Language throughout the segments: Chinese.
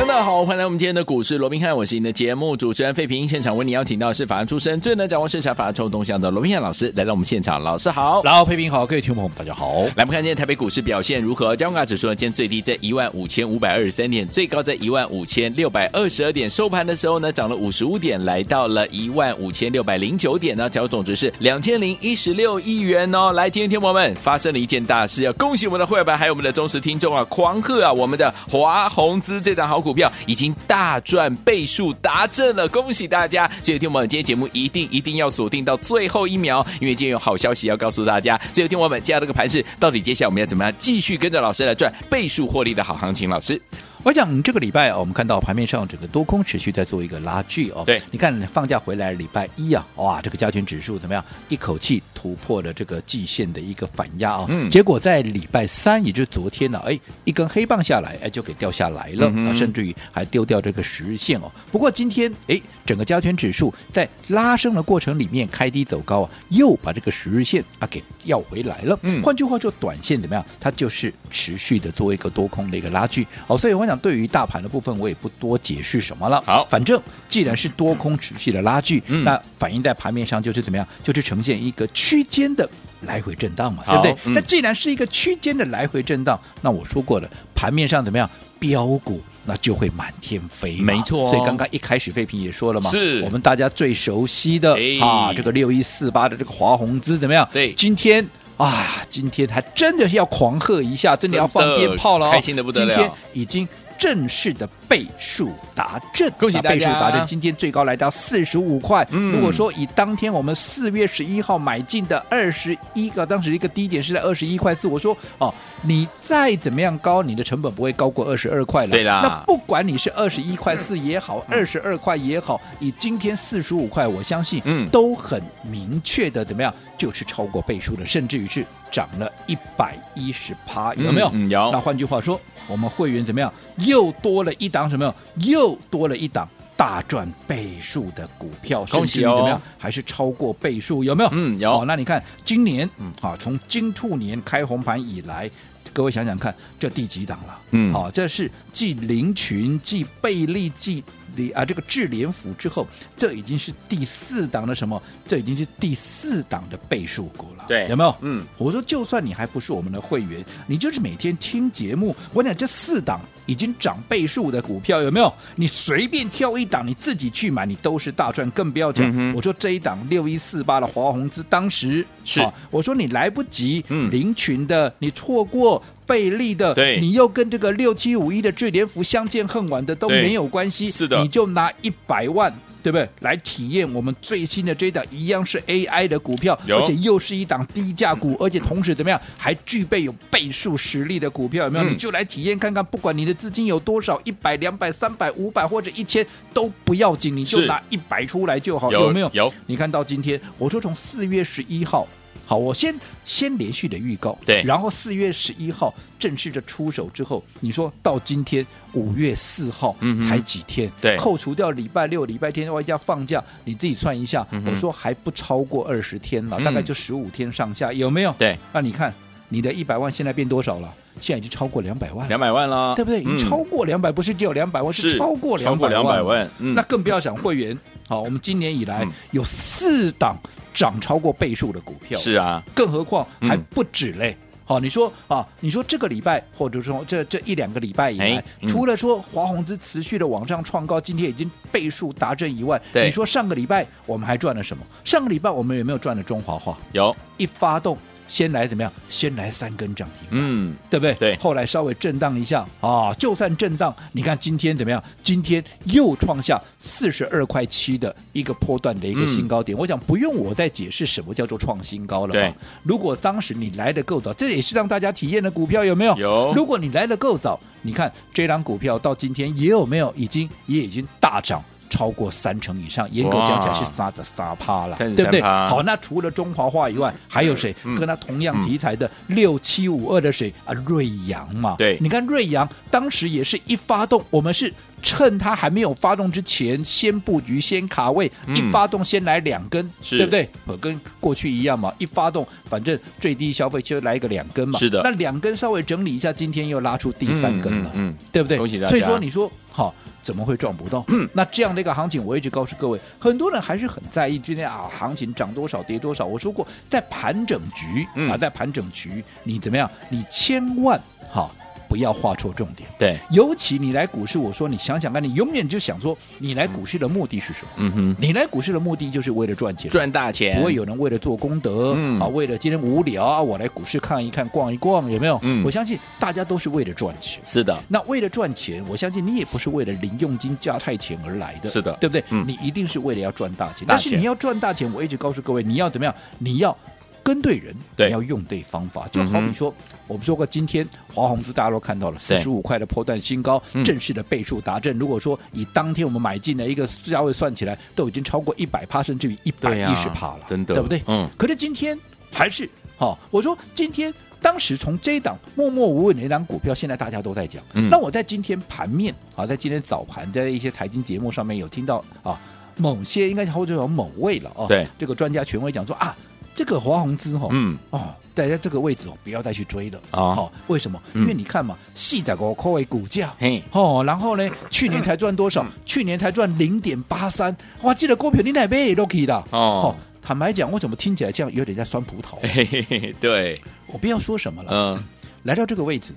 众大家好，欢迎来我们今天的股市罗宾汉，我是您的节目主持人费平。现场为您邀请到的是法案出身、最能掌握市场法案臭动向的罗宾汉老师来到我们现场，老师 好。然后，佩平好，各位听众朋友们，大家好。来，我们看今天台北股市表现如何？加权指数呢，今天最低在15,523点，最高在15,622点，收盘的时候呢，涨了55点，来到了15,609点呢，交易总值是2,016亿元哦。来，今天听众朋友们发生了一件大事，要恭喜我们的会员们，还有我们的忠实听众啊，狂贺啊，我们的华宏资这档好股票已经大赚倍数达阵了，恭喜大家！所以听我们今天节目一定一定要锁定到最后一秒，因为今天有好消息要告诉大家。所以听我们接下来这个盘势，到底接下来我们要怎么样继续跟着老师来赚倍数获利的好行情？老师，我想这个礼拜啊，我们看到盘面上整个多空持续在做一个拉锯哦。对你看放假回来礼拜一啊，哇，这个加权指数怎么样？一口气突破了这个季线的一个反压哦。嗯结果在礼拜三，也就是昨天呢、哎，一根黑棒下来，哎，就给掉下来了、嗯哼啊，甚至于还丢掉这个十日线哦。不过今天，哎，整个加权指数在拉升的过程里面开低走高啊，又把这个十日线啊给要回来了。嗯换句话说，短线怎么样？它就是持续的做一个多空的一个拉锯。好，所以我想对于大盘的部分，我也不多解释什么了。好反正既然是多空持续的拉锯，嗯那反映在盘面上就是怎么样？就是呈现一个区间的来回震荡嘛，好对不对？嗯那既然是一个区间的来回震荡，那我说过了，盘面上怎么样？标股那就会满天飞嘛，没错哦所以刚刚一开始费平也说了嘛，是我们大家最熟悉的、哎啊，这个六一四八的这个华宏资怎么样？对今天。啊，今天还真的是要狂贺一下，真的要放鞭炮了、哦，真的开心得不得了今天已经正式的倍数达阵，恭喜那大家倍数达阵，今天最高来到四十五块。嗯如果说以当天我们四月十一号买进的二十一个，当时一个低点是在二十一块四，我说哦，你再怎么样高，你的成本不会高过二十二块了。对啦嗯那不管你是二十一块四也好，二十二块也好，以今天四十五块，我相信嗯都很明确的怎么样，就是超过倍数的，甚至于是涨了一百一十趴，有没有？嗯嗯有那换句话说，我们会员怎么样？又多了一档什么样？又多了一档大赚倍数的股票，恭喜哦甚至于怎么样？还是超过倍数，有没有？嗯有好，那你看今年，啊，从金兔年开红盘以来。各位想想看，这第几档了？嗯好、这是继林群、继贝利、继李啊这个智联府之后，这已经是第四档的什么？这已经是第四档的倍数股了，对有没有？嗯，我说，就算你还不是我们的会员，你就是每天听节目，我讲这四档已经涨倍数的股票有没有？你随便挑一档，你自己去买，你都是大赚，更不要讲。嗯哼我说这一档六一四八的华宏资，当时是啊我说你来不及，嗯林群的你错过。贝利的，对你又跟这个六七五一的智联福相见恨晚的都对没有关系，是的你就拿一百万，对不对？来体验我们最新的这一档，一样是 AI 的股票，有而且又是一档低价股，而且同时怎么样，还具备有倍数实力的股票，有没有？嗯你就来体验看看，不管你的资金有多少，一百、两百、三百、五百或者一千都不要紧，你就是拿一百出来就好，有没有？有。你看到今天，我说从四月十一号。好，我先先连续的预告，对然后四月十一号正式的出手之后，你说到今天五月四号嗯哼才几天，对扣除掉礼拜六、礼拜天外加放假，你自己算一下，嗯哼我说还不超过二十天了，嗯大概就十五天上下，有没有？对，那你看你的一百万现在变多少了？现在已经超过两百万了两，百万了，对不对？已经嗯超过两百、不是只有两百万，是超过超两过百两百万，嗯那，更不要讲会员。好，我们今年以来嗯有四档涨超过倍数的股票，是啊，更何况嗯还不止嘞。好，你说啊，你说这个礼拜或者说这这一两个礼拜以来哎，嗯除了说华宏资持续的往上创高，今天已经倍数达阵以外，对你说上个礼拜我们还赚了什么？上个礼拜我们有没有赚了中华化？有，一发动，先来怎么样？先来三根涨停板。嗯，对不对？对后来稍微震荡一下啊，就算震荡，你看今天怎么样？今天又创下四十二块七的一个波段的嗯一个新高点。我想不用我再解释什么叫做创新高了。对，如果当时你来的够早，这也是让大家体验的股票有没有？有如果你来的够早，你看这档股票到今天也有没有已经也已经大涨。超过三成以上，严格讲起来是杀的杀趴了，对不对？ 33%好，那除了中华化以外，还有谁？嗯跟它同样题材的六七五二的谁啊？瑞阳嘛，对你看瑞阳当时也是一发动，我们是。趁它还没有发动之前，先布局，先卡位，嗯一发动先来两根，是对不对？呃跟过去一样嘛，一发动反正最低消费就来一个两根嘛。是的那两根稍微整理一下，今天又拉出第三根了。嗯，嗯嗯对不对？恭喜大家所以说，你说好。怎么会撞 不到？那这样的一个行情，我一直告诉各位，很多人还是很在意今天啊，行情涨多少跌多少。我说过，在盘整局、嗯啊，在盘整局，你怎么样？你千万好不要画错重点。对，尤其你来股市，我说你想想看，你永远就想说，你来股市的目的是什么？嗯哼，你来股市的目的就是为了赚钱，赚大钱，不会有人为了做功德、嗯啊，为了今天无聊啊，我来股市看一看、逛一逛，有没有？嗯我相信大家都是为了赚钱。是的，那为了赚钱，我相信你也不是为了零用金加太钱而来的，是的对不对？嗯你一定是为了要赚大钱，大钱但是你要赚大钱，我一直告诉各位，你要怎么样？你要。跟对人，对你要用对方法，就好嗯比哼说，我们说过，今天华宏资大家都看到了四对十五块的破断新高嗯，正式的倍数达阵。如果说以当天我们买进的一个价位算起来，都已经超过一百趴，甚至于一百对呀一十趴了，真的对不对？嗯，可是今天还是好、我说今天当时从这一档默默无闻的一档股票，现在大家都在讲。嗯那我在今天盘面啊，在今天早盘在一些财经节目上面有听到啊，某些应该或者有某位了哦，对，这个专家权威讲说啊，这个华宏资哦，嗯，哦，对，在这个位置哦，不要再去追了哦好为什么？嗯因为你看嘛，细的我扣位股价，嘿，哦，然后呢，去年才赚多少？嗯去年才赚零点八三，哇，记得股票你哪杯都可以的哦坦白讲，为什么听起来这样有点在酸葡萄？ 啊嘿嘿嘿，对，我不要说什么了，嗯，来到这个位置，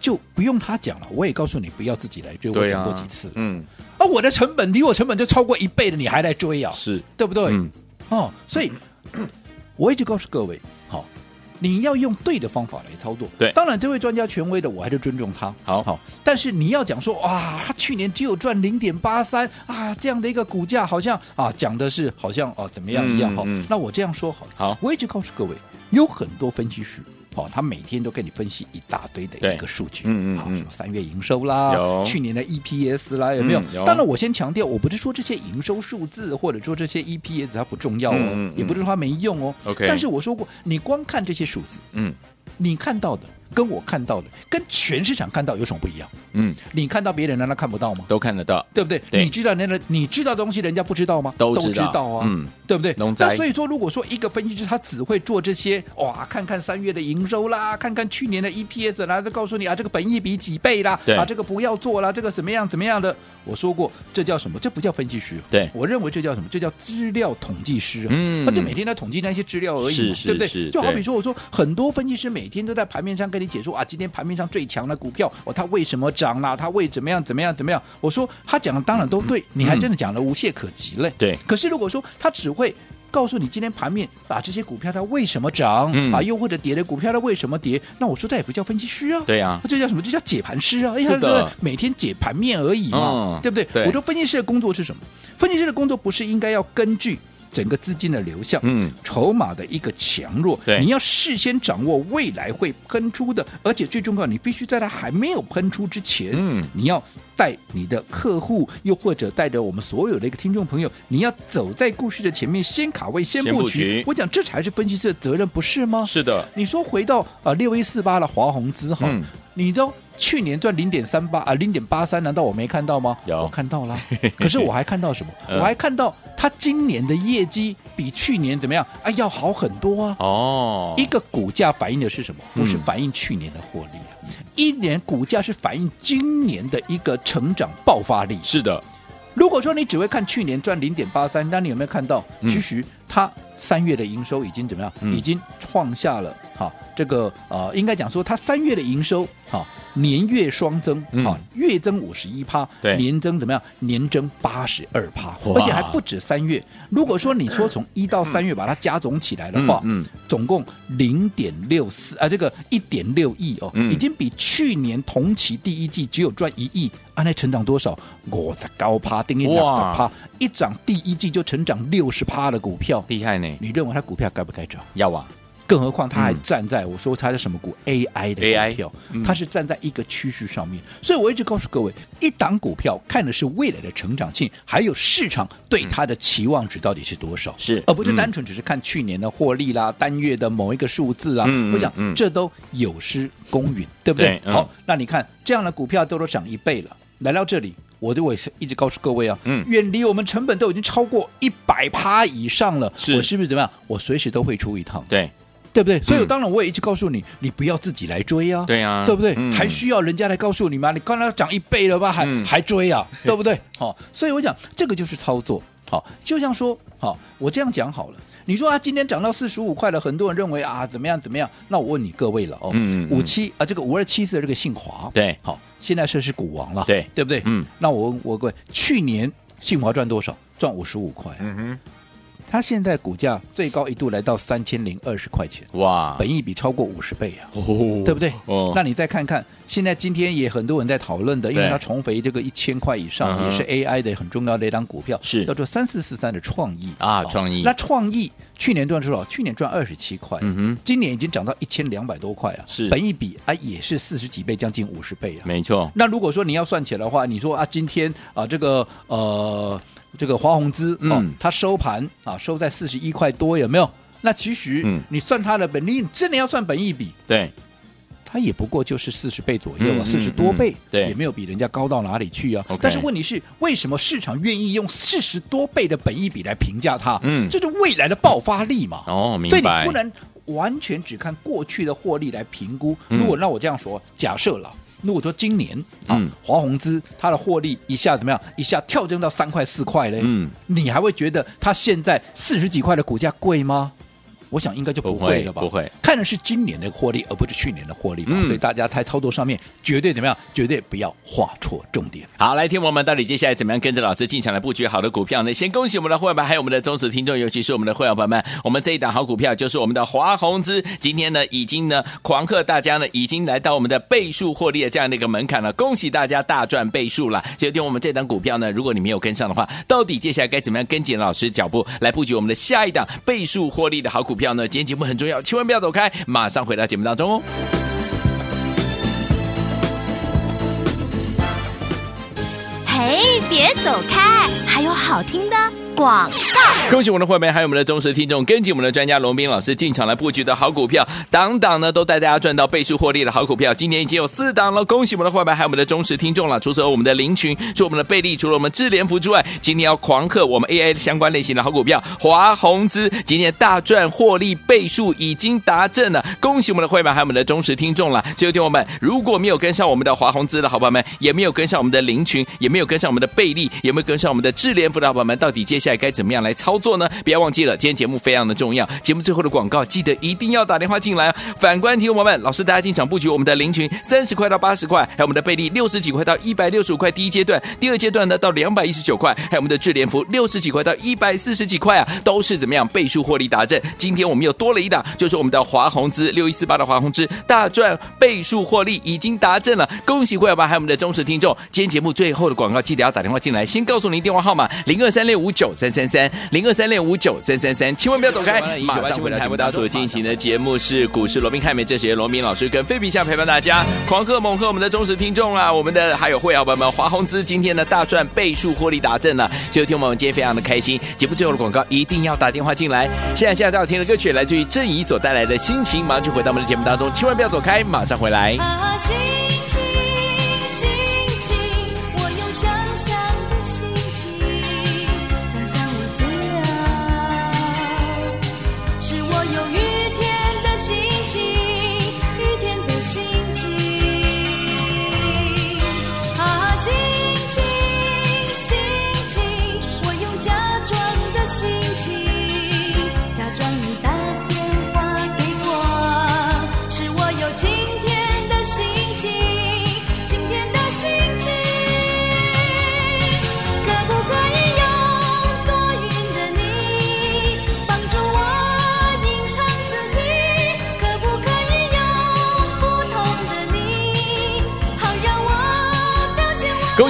就不用他讲了。我也告诉你，不要自己来追，我对讲啊，过几次了。嗯，啊，我的成本离我成本就超过一倍了，你还来追啊？是，对不对？嗯，哦，所以我一直告诉各位，好、你要用对的方法来操作。对当然这位专家权威的，我还是尊重他。好哦好、但是你要讲说，哇，他去年只有赚零点八三啊，这样的一个股价，好像啊，讲的是好像哦怎么样一样嗯哈、嗯那我这样说好了，好我一直告诉各位，有很多分析师。哦，他每天都跟你分析一大堆的对一个数据，嗯嗯好，嗯什么三月营收啦有，去年的 EPS 啦，有没有？嗯有当然，我先强调，我不是说这些营收数字或者说这些 EPS 它不重要哦，嗯嗯嗯也不是说它没用哦。 OK 但是我说过，你光看这些数字，嗯你看到的跟我看到的，跟全市场看到有什么不一样？嗯，你看到别人难道看不到吗？都看得到，对不对？对你知道人家你知道的东西，人家不知道吗？都知知道啊，嗯，对不对拢？知那所以说，如果说一个分析师他只会做这些，哇，看看三月的营收啦，看看去年的 EPS 啦，就告诉你啊，这个本益比几倍啦对，啊，这个不要做啦，这个怎么样怎么样的，我说过，这叫什么？这不叫分析师，对我认为这叫什么？这叫资料统计师啊，嗯他就每天在统计那些资料而已嘛，是对不是是对？就好对比说，我说很多分析师每天都在盘面上跟你解说啊，今天盘面上最强的股票，哦，它为什么涨啦？它为怎么样怎么样怎么样？我说他讲的当然都对，你还真的讲的无懈可击嘞。对，可是如果说他只会告诉你今天盘面把这些股票它为什么涨、嗯啊，又或者跌的股票它为什么跌，那我说这也不叫分析师啊。对啊，这叫什么？这叫解盘师啊！哎呀，是的这个每天解盘面而已嘛，嗯对不对？对我说分析师的工作是什么？分析师的工作不是应该要根据整个资金的流向，嗯筹码的一个强弱，对你要事先掌握未来会喷出的，而且最重要，你必须在它还没有喷出之前，嗯你要带你的客户，又或者带着我们所有的一个听众朋友，你要走在故事的前面，先卡位，先先布布局局。我讲这才是分析师的责任，不是吗？是的，你说回到呃六一四八的华宏资哈，嗯你都去年赚零点三八啊零点八三，难道我没看到吗？有我看到 了。可是我还看到什么？嗯我还看到它今年的业绩比去年怎么样？啊，要好很多啊。哦，一个股价反映的是什么？嗯不是反映去年的获利啊，一年股价是反映今年的一个成长爆发力。是的，如果说你只会看去年赚零点八三，那你有没有看到？嗯其实它三月的营收已经怎么样？嗯已经创下了哈这个呃，应该讲说它三月的营收哈年月双增嗯哈、月增五十一趴，对年增怎么样？年增八十二趴，哇而且还不止三月。如果说你说从一到三月把它加总起来的话，嗯嗯总共零点六四啊，这个一点六亿哦，嗯已经比去年同期第一季只有赚一亿，按、啊、那成长多少？五十高趴，定义六十哇趴，一涨第一季就成长六十趴的股票，厉害呢，你认为它股票该不该涨？要啊，更何况它还站在、我说它是什么股 AI 的股票嗯它是站在一个趋势上面，所以我一直告诉各位，一档股票看的是未来的成长性，还有市场对它的期望值到底是多少，是而不是嗯单纯只是看去年的获利啦、单月的某一个数字啊嗯嗯。我想嗯这都有失公允，对不对对？嗯好，那你看这样的股票都都涨一倍了，来到这里。我对我也是一直告诉各位啊，嗯远离我们成本都已经超过一百趴以上了，是我是不是怎么样？我随时都会出一趟，对对不对？所以嗯当然我也一直告诉你，你不要自己来追啊，对啊对不对？嗯还需要人家来告诉你吗？你刚刚涨一倍了吧，还、嗯还 追啊，对不对？好、所以我讲这个就是操作。好，就像说，好、我这样讲好了。你说啊，今天涨到四十五块了，很多人认为啊，怎么样怎么样？那我问你各位了哦，嗯嗯嗯五七啊，这个五二七四的这个信华，对好，现在算是股王了，对对不对？嗯，那我问我各位，去年信华赚多少？赚五十五块，嗯它现在股价最高一度来到三千零二十块钱，哼，哇，本益比超过五十倍啊啊，哦对不对？哦，那你再看看，现在今天也很多人在讨论的，因为对它重回这个一千块以嗯上，哼也是 AI 的很重要的一档股票，是叫做三四四三的创意啊好创意那创意去年赚多少？去年赚二十七块，嗯哼，今年已经涨到一千两百多块啊，是本益比啊也是四十几倍，将近五十倍啊。没错，那如果说你要算起来的话，你说啊，今天啊，这个呃，这个华宏资哦，嗯它收盘啊，收在四十一块多，有没有？那其实、嗯你算它的本利，你真的要算本益比，对，它也不过就是四十倍左右嗯啊，四嗯十、多倍，嗯对也没有比人家高到哪里去啊。 OK 但是问题是，为什么市场愿意用四十多倍的本益比来评价它？嗯这就是未来的爆发力嘛。哦，明所以你白，不能完全只看过去的获利来评估。嗯如果让我这样说，假设了。如果说今年啊嗯，华宏资它的获利一下怎么样？一下跳增到三块四块嘞，嗯，你还会觉得它现在四十几块的股价贵吗？我想应该就不会了吧？不会不会看的是今年的获利，而不是去年的获利嘛。嗯所以大家在操作上面绝对怎么样？绝对不要画错重点。好，来，听我们到底接下来怎么样跟着老师进场来布局好的股票呢？先恭喜我们的会员们，还有我们的忠实听众，尤其是我们的会员朋友们，我们这一档好股票就是我们的华宏资，今天呢已经呢狂贺大家呢，已经来到我们的倍数获利的这样的一个门槛了，恭喜大家大赚倍数了。所以，对我们这档股票呢，如果你没有跟上的话，到底接下来该怎么样跟紧老师脚步来布局我们的下一档倍数获利的好股票呢？今天节目很重要，千万不要走开，马上回到节目当中哦。嘿，别走开，还有好听的广。恭喜我们的会员，还有我们的忠实听众，跟紧我们的专家龙斌老师进场来布局的好股票，档档呢都带大家赚到倍数获利的好股票，今年已经有四档了。恭喜我们的会员，还有我们的忠实听众了。除了我们的林群，除了我们的贝利，除了我们智联福之外，今天要狂贺我们 AI 相关类型的好股票华宏资，今年大赚获利倍数已经达阵了。恭喜我们的会员，还有我们的忠实听众了。最后听我们，如果没有跟上我们的华宏资的好朋友们，也没有跟上我们的林群，也没有跟上我们的贝利，也没有跟上我们的智联福的好朋友们，到底接下来该怎么样来操作呢？不要忘记了，今天节目非常的重要，节目最后的广告记得一定要打电话进来哦。反观听众朋友们，老师大家进场布局我们的林群三十块到八十块，还有我们的贝利六十几块到一百六十五块第一阶段，第二阶段呢到两百一十九块，还有我们的智联福六十几块到一百四十几块啊，都是怎么样倍数获利达阵？今天我们又多了一档，就是我们的华宏资六一四八的华宏资大赚倍数获利已经达阵了，恭喜会员吧，还有我们的忠实听众。今天节目最后的广告记得要打电话进来，先告诉您电话号码零二三六五九三三三零二三六五九三三三，千万不要走开，马上回来台为大家所进行的节目是股市罗宾汉美这时罗宾老师跟费比夏陪伴大家狂贺猛贺我们的忠实听众啊啦，我们的还有会员朋友们，华宏资今天呢大赚倍数获利达阵了，所以听我们今天非常的开心。节目最后的广告一定要打电话进来。现在下到听的歌曲来自于郑怡所带来的心情，马上就回到我们的节目当中，千万不要走开，马上回来。啊，心情，心情，我用想象的心情，想象我煎熬，是我有雨天的心情，雨天的心情。啊，心情，心情，我用假装的心情，假装你打电话给我，是我有晴天的心情。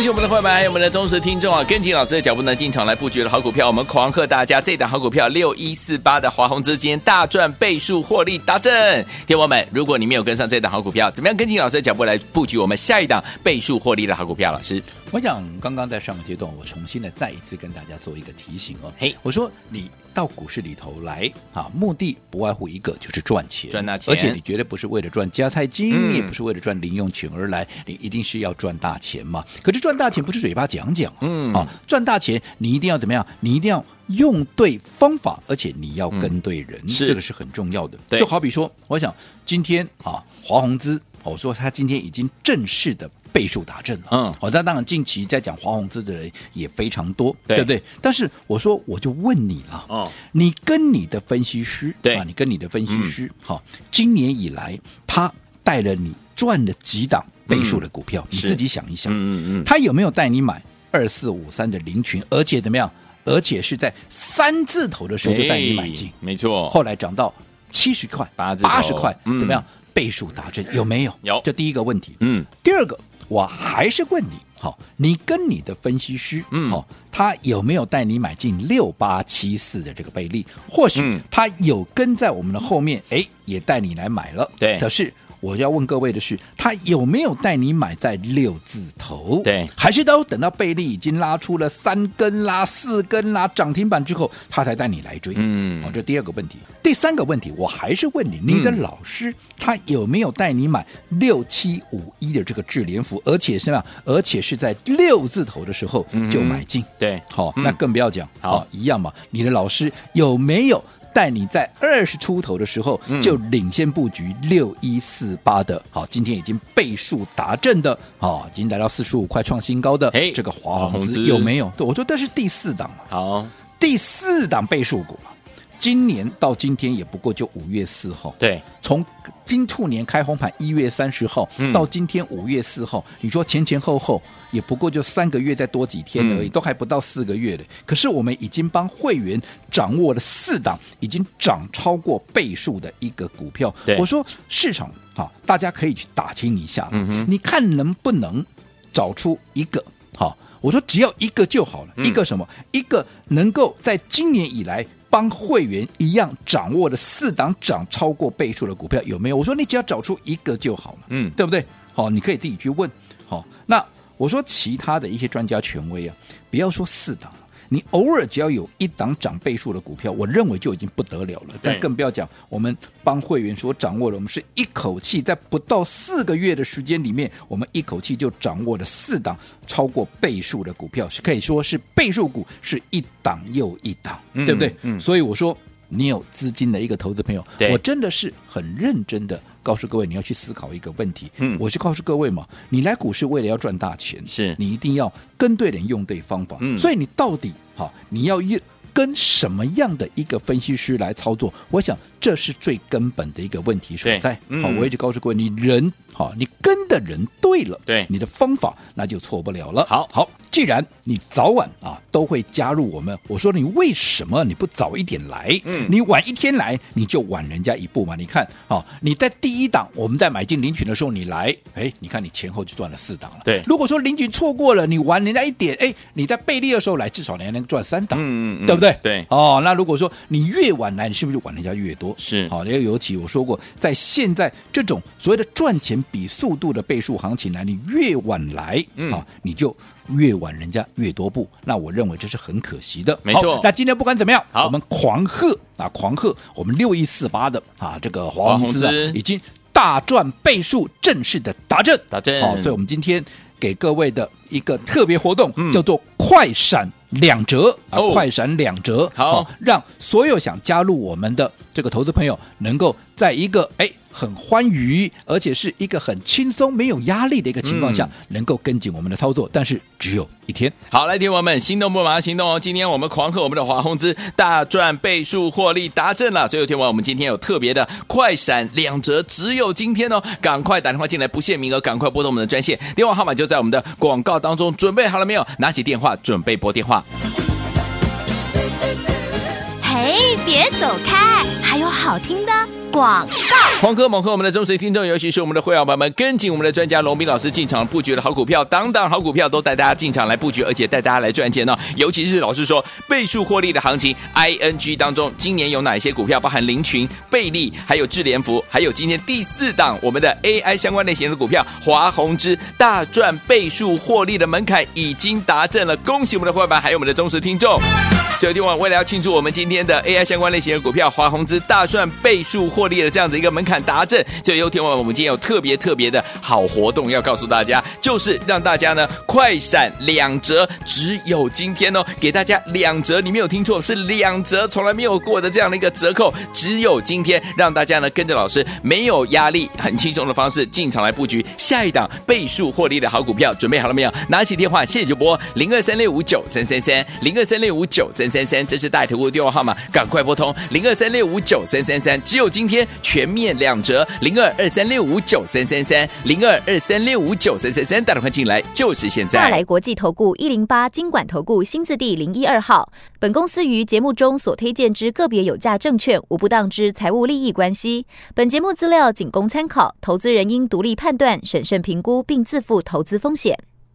谢我们的会员，还有我们的忠实听众啊，跟紧老师的脚步呢，进场来布局的好股票，我们狂贺大家这档好股票六一四八的华宏资今天大赚倍数获利达阵。天王们，如果你没有跟上这档好股票，怎么样跟紧老师的脚步来布局我们下一档倍数获利的好股票？老师，我想刚刚在上个阶段，我重新的再一次跟大家做一个提醒哦。嘿我说你到股市里头来啊，目的不外乎一个，就是赚钱，赚大钱而且你绝对不是为了赚加菜金，嗯也不是为了赚零用钱而来，你一定是要赚大钱嘛。可是赚大钱不是嘴巴讲讲、啊，嗯啊，赚大钱你一定要怎么样？你一定要用对方法，而且你要跟对人，嗯是这个是很重要的。对就好比说，我想今天啊，华宏资，我说他今天已经正式的倍数达阵了，嗯哦好、那当然近期在讲华宏资的人也非常多，对不对？但是我说我就问你了，哦，你跟你的分析师，对嗯啊，你跟你的分析师，好、今年以来他带了你赚了几档倍数的股票，你嗯是自己想一想，嗯嗯嗯，他有没有带你买二四五三的零群？而且怎么样？而且是在三字头的时候就带你买进哎，没错，后来涨到七十块、八字头八十块，嗯怎么样？倍数达阵有没有？有这第一个问题。嗯，第二个，我还是问你，好，你跟你的分析师，嗯好，他有没有带你买进六八七四的这个倍利？或许嗯他有跟在我们的后面，哎，也带你来买了。对可是。我要问各位的是，他有没有带你买在六字头？对还是都等到贝利已经拉出了三根啦、四根啦涨停板之后，他才带你来追？嗯好、这第二个问题。第三个问题，我还是问你，你的嗯老师、他有没有带你买六七五一的这个智联服，而且是吧，而且是在六字头的时候就买进？嗯对，好、嗯那更不要讲，好哦一样嘛。你的老师有没有带你在二十出头的时候嗯就领先布局六一四八的？好、今天已经倍数达阵的，好、已经来到四十五块创新高的嘿这个华华宏宏资资有没有？对，我说这是第四档嘛，好，第四档倍数股嘛。今年到今天也不过就五月四号，对，从金兔年开红盘一月三十号、嗯到今天五月四号，你说前前后后也不过就三个月再多几天而嗯已，都还不到四个月嘞。可是我们已经帮会员掌握了四档已经涨超过倍数的一个股票对。我说市场啊，大家可以去打听一下，啊嗯哼你看能不能找出一个好、我说只要一个就好了，嗯一个什么？一个能够在今年以来帮会员一样掌握的四档涨超过倍数的股票有没有？我说你只要找出一个就好了，嗯对不对？好、你可以自己去问。好、那我说其他的一些专家权威啊，不要说四档了。你偶尔只要有一档涨倍数的股票，我认为就已经不得了了。对但更不要讲，我们帮会员所掌握的，我们是一口气在不到四个月的时间里面，我们一口气就掌握了四档超过倍数的股票，是可以说是倍数股是一档又一档，嗯对不对？嗯所以我说，你有资金的一个投资朋友对，我真的是很认真的告诉各位，你要去思考一个问题。嗯我是告诉各位嘛，你来股市为了要赚大钱，是你一定要跟对人，用对方法。嗯所以你到底好，你要用跟什么样的一个分析师来操作？我想这是最根本的一个问题所在。好、对嗯我一直告诉各位，你人好，你跟的人对了，对你的方法那就错不了了。好好，既然你早晚啊都会加入我们，我说你为什么你不早一点来？嗯你晚一天来，你就晚人家一步嘛。你看，好、你在第一档我们在买进领取的时候你来，哎，你看你前后就赚了四档了。对如果说领取错过了，你晚人家一点，哎，你在贝利的时候来，至少你还能赚三档。嗯对不对？对，哦，那如果说你越晚来，你是不是就晚人家越多？是好，也尤其我说过，在现在这种所谓的赚钱比速度的倍数行情来，你越晚来，嗯好，你就越晚人家越多步。那我认为这是很可惜的。没错好那今天不管怎么样，好我们狂贺啊，狂贺我们六一四八的啊，这个华华宏宏资啊资已经大赚倍数，正式的达阵，达阵好，所以我们今天。给各位的一个特别活动，嗯叫做快闪两折啊！哦快闪两折，好哦让所有想加入我们的这个投资朋友，能够在一个哎很欢愉，而且是一个很轻松、没有压力的一个情况下，能够跟紧我们的操作，但是只有一天。好，来，听友们，心动不马上行动哦！今天我们狂贺我们的华宏资大赚倍数获利达阵了，所以有听完我们今天有特别的快闪两折，只有今天哦！赶快打电话进来，不限名额，赶快拨通我们的专线，电话号码就在我们的广告当中，准备好了没有？拿起电话，准备拨电话。嘿，别走开，还有好听的广。黄科猛和我们的忠实听众，尤其是我们的会员朋友们，跟紧我们的专家龙斌老师进场布局的好股票，档档好股票都带大家进场来布局，而且带大家来赚钱哦。尤其是老师说倍数获利的行情，ING 当中今年有哪一些股票，包含林群、贝利，还有智联福，还有今天第四档我们的 AI 相关类型的股票华宏之大赚倍数获利的门槛已经达阵了，恭喜我们的会员，还有我们的忠实听众。所以，今晚为了要庆祝我们今天的 AI 相关类型的股票华宏资大赚倍数获利的这样子一个门槛达阵，所以，有天晚我们今天有特别特别的好活动要告诉大家，就是让大家呢快闪两折，只有今天哦，给大家两折，你没有听错，是两折，从来没有过的这样的一个折扣，只有今天让大家呢跟着老师没有压力，很轻松的方式进场来布局下一档倍数获利的好股票，准备好了没有？拿起电话现在就拨零二三六五九三三三零二三六五九三三三，这是大图的电话号码，赶快拨通零二三六五九三三三，只有今天全面两折，零二二三六五九三三三零二二三六五九三三三，打电话进来就是现在。大来国际投顾一零八金管投顾新字第零一二号。本公司于节目中所推荐之个别有价证券，无不当之财务利益关系。本节目资料仅供参考，投资人应独立判断、审慎评估，并自负投资风险。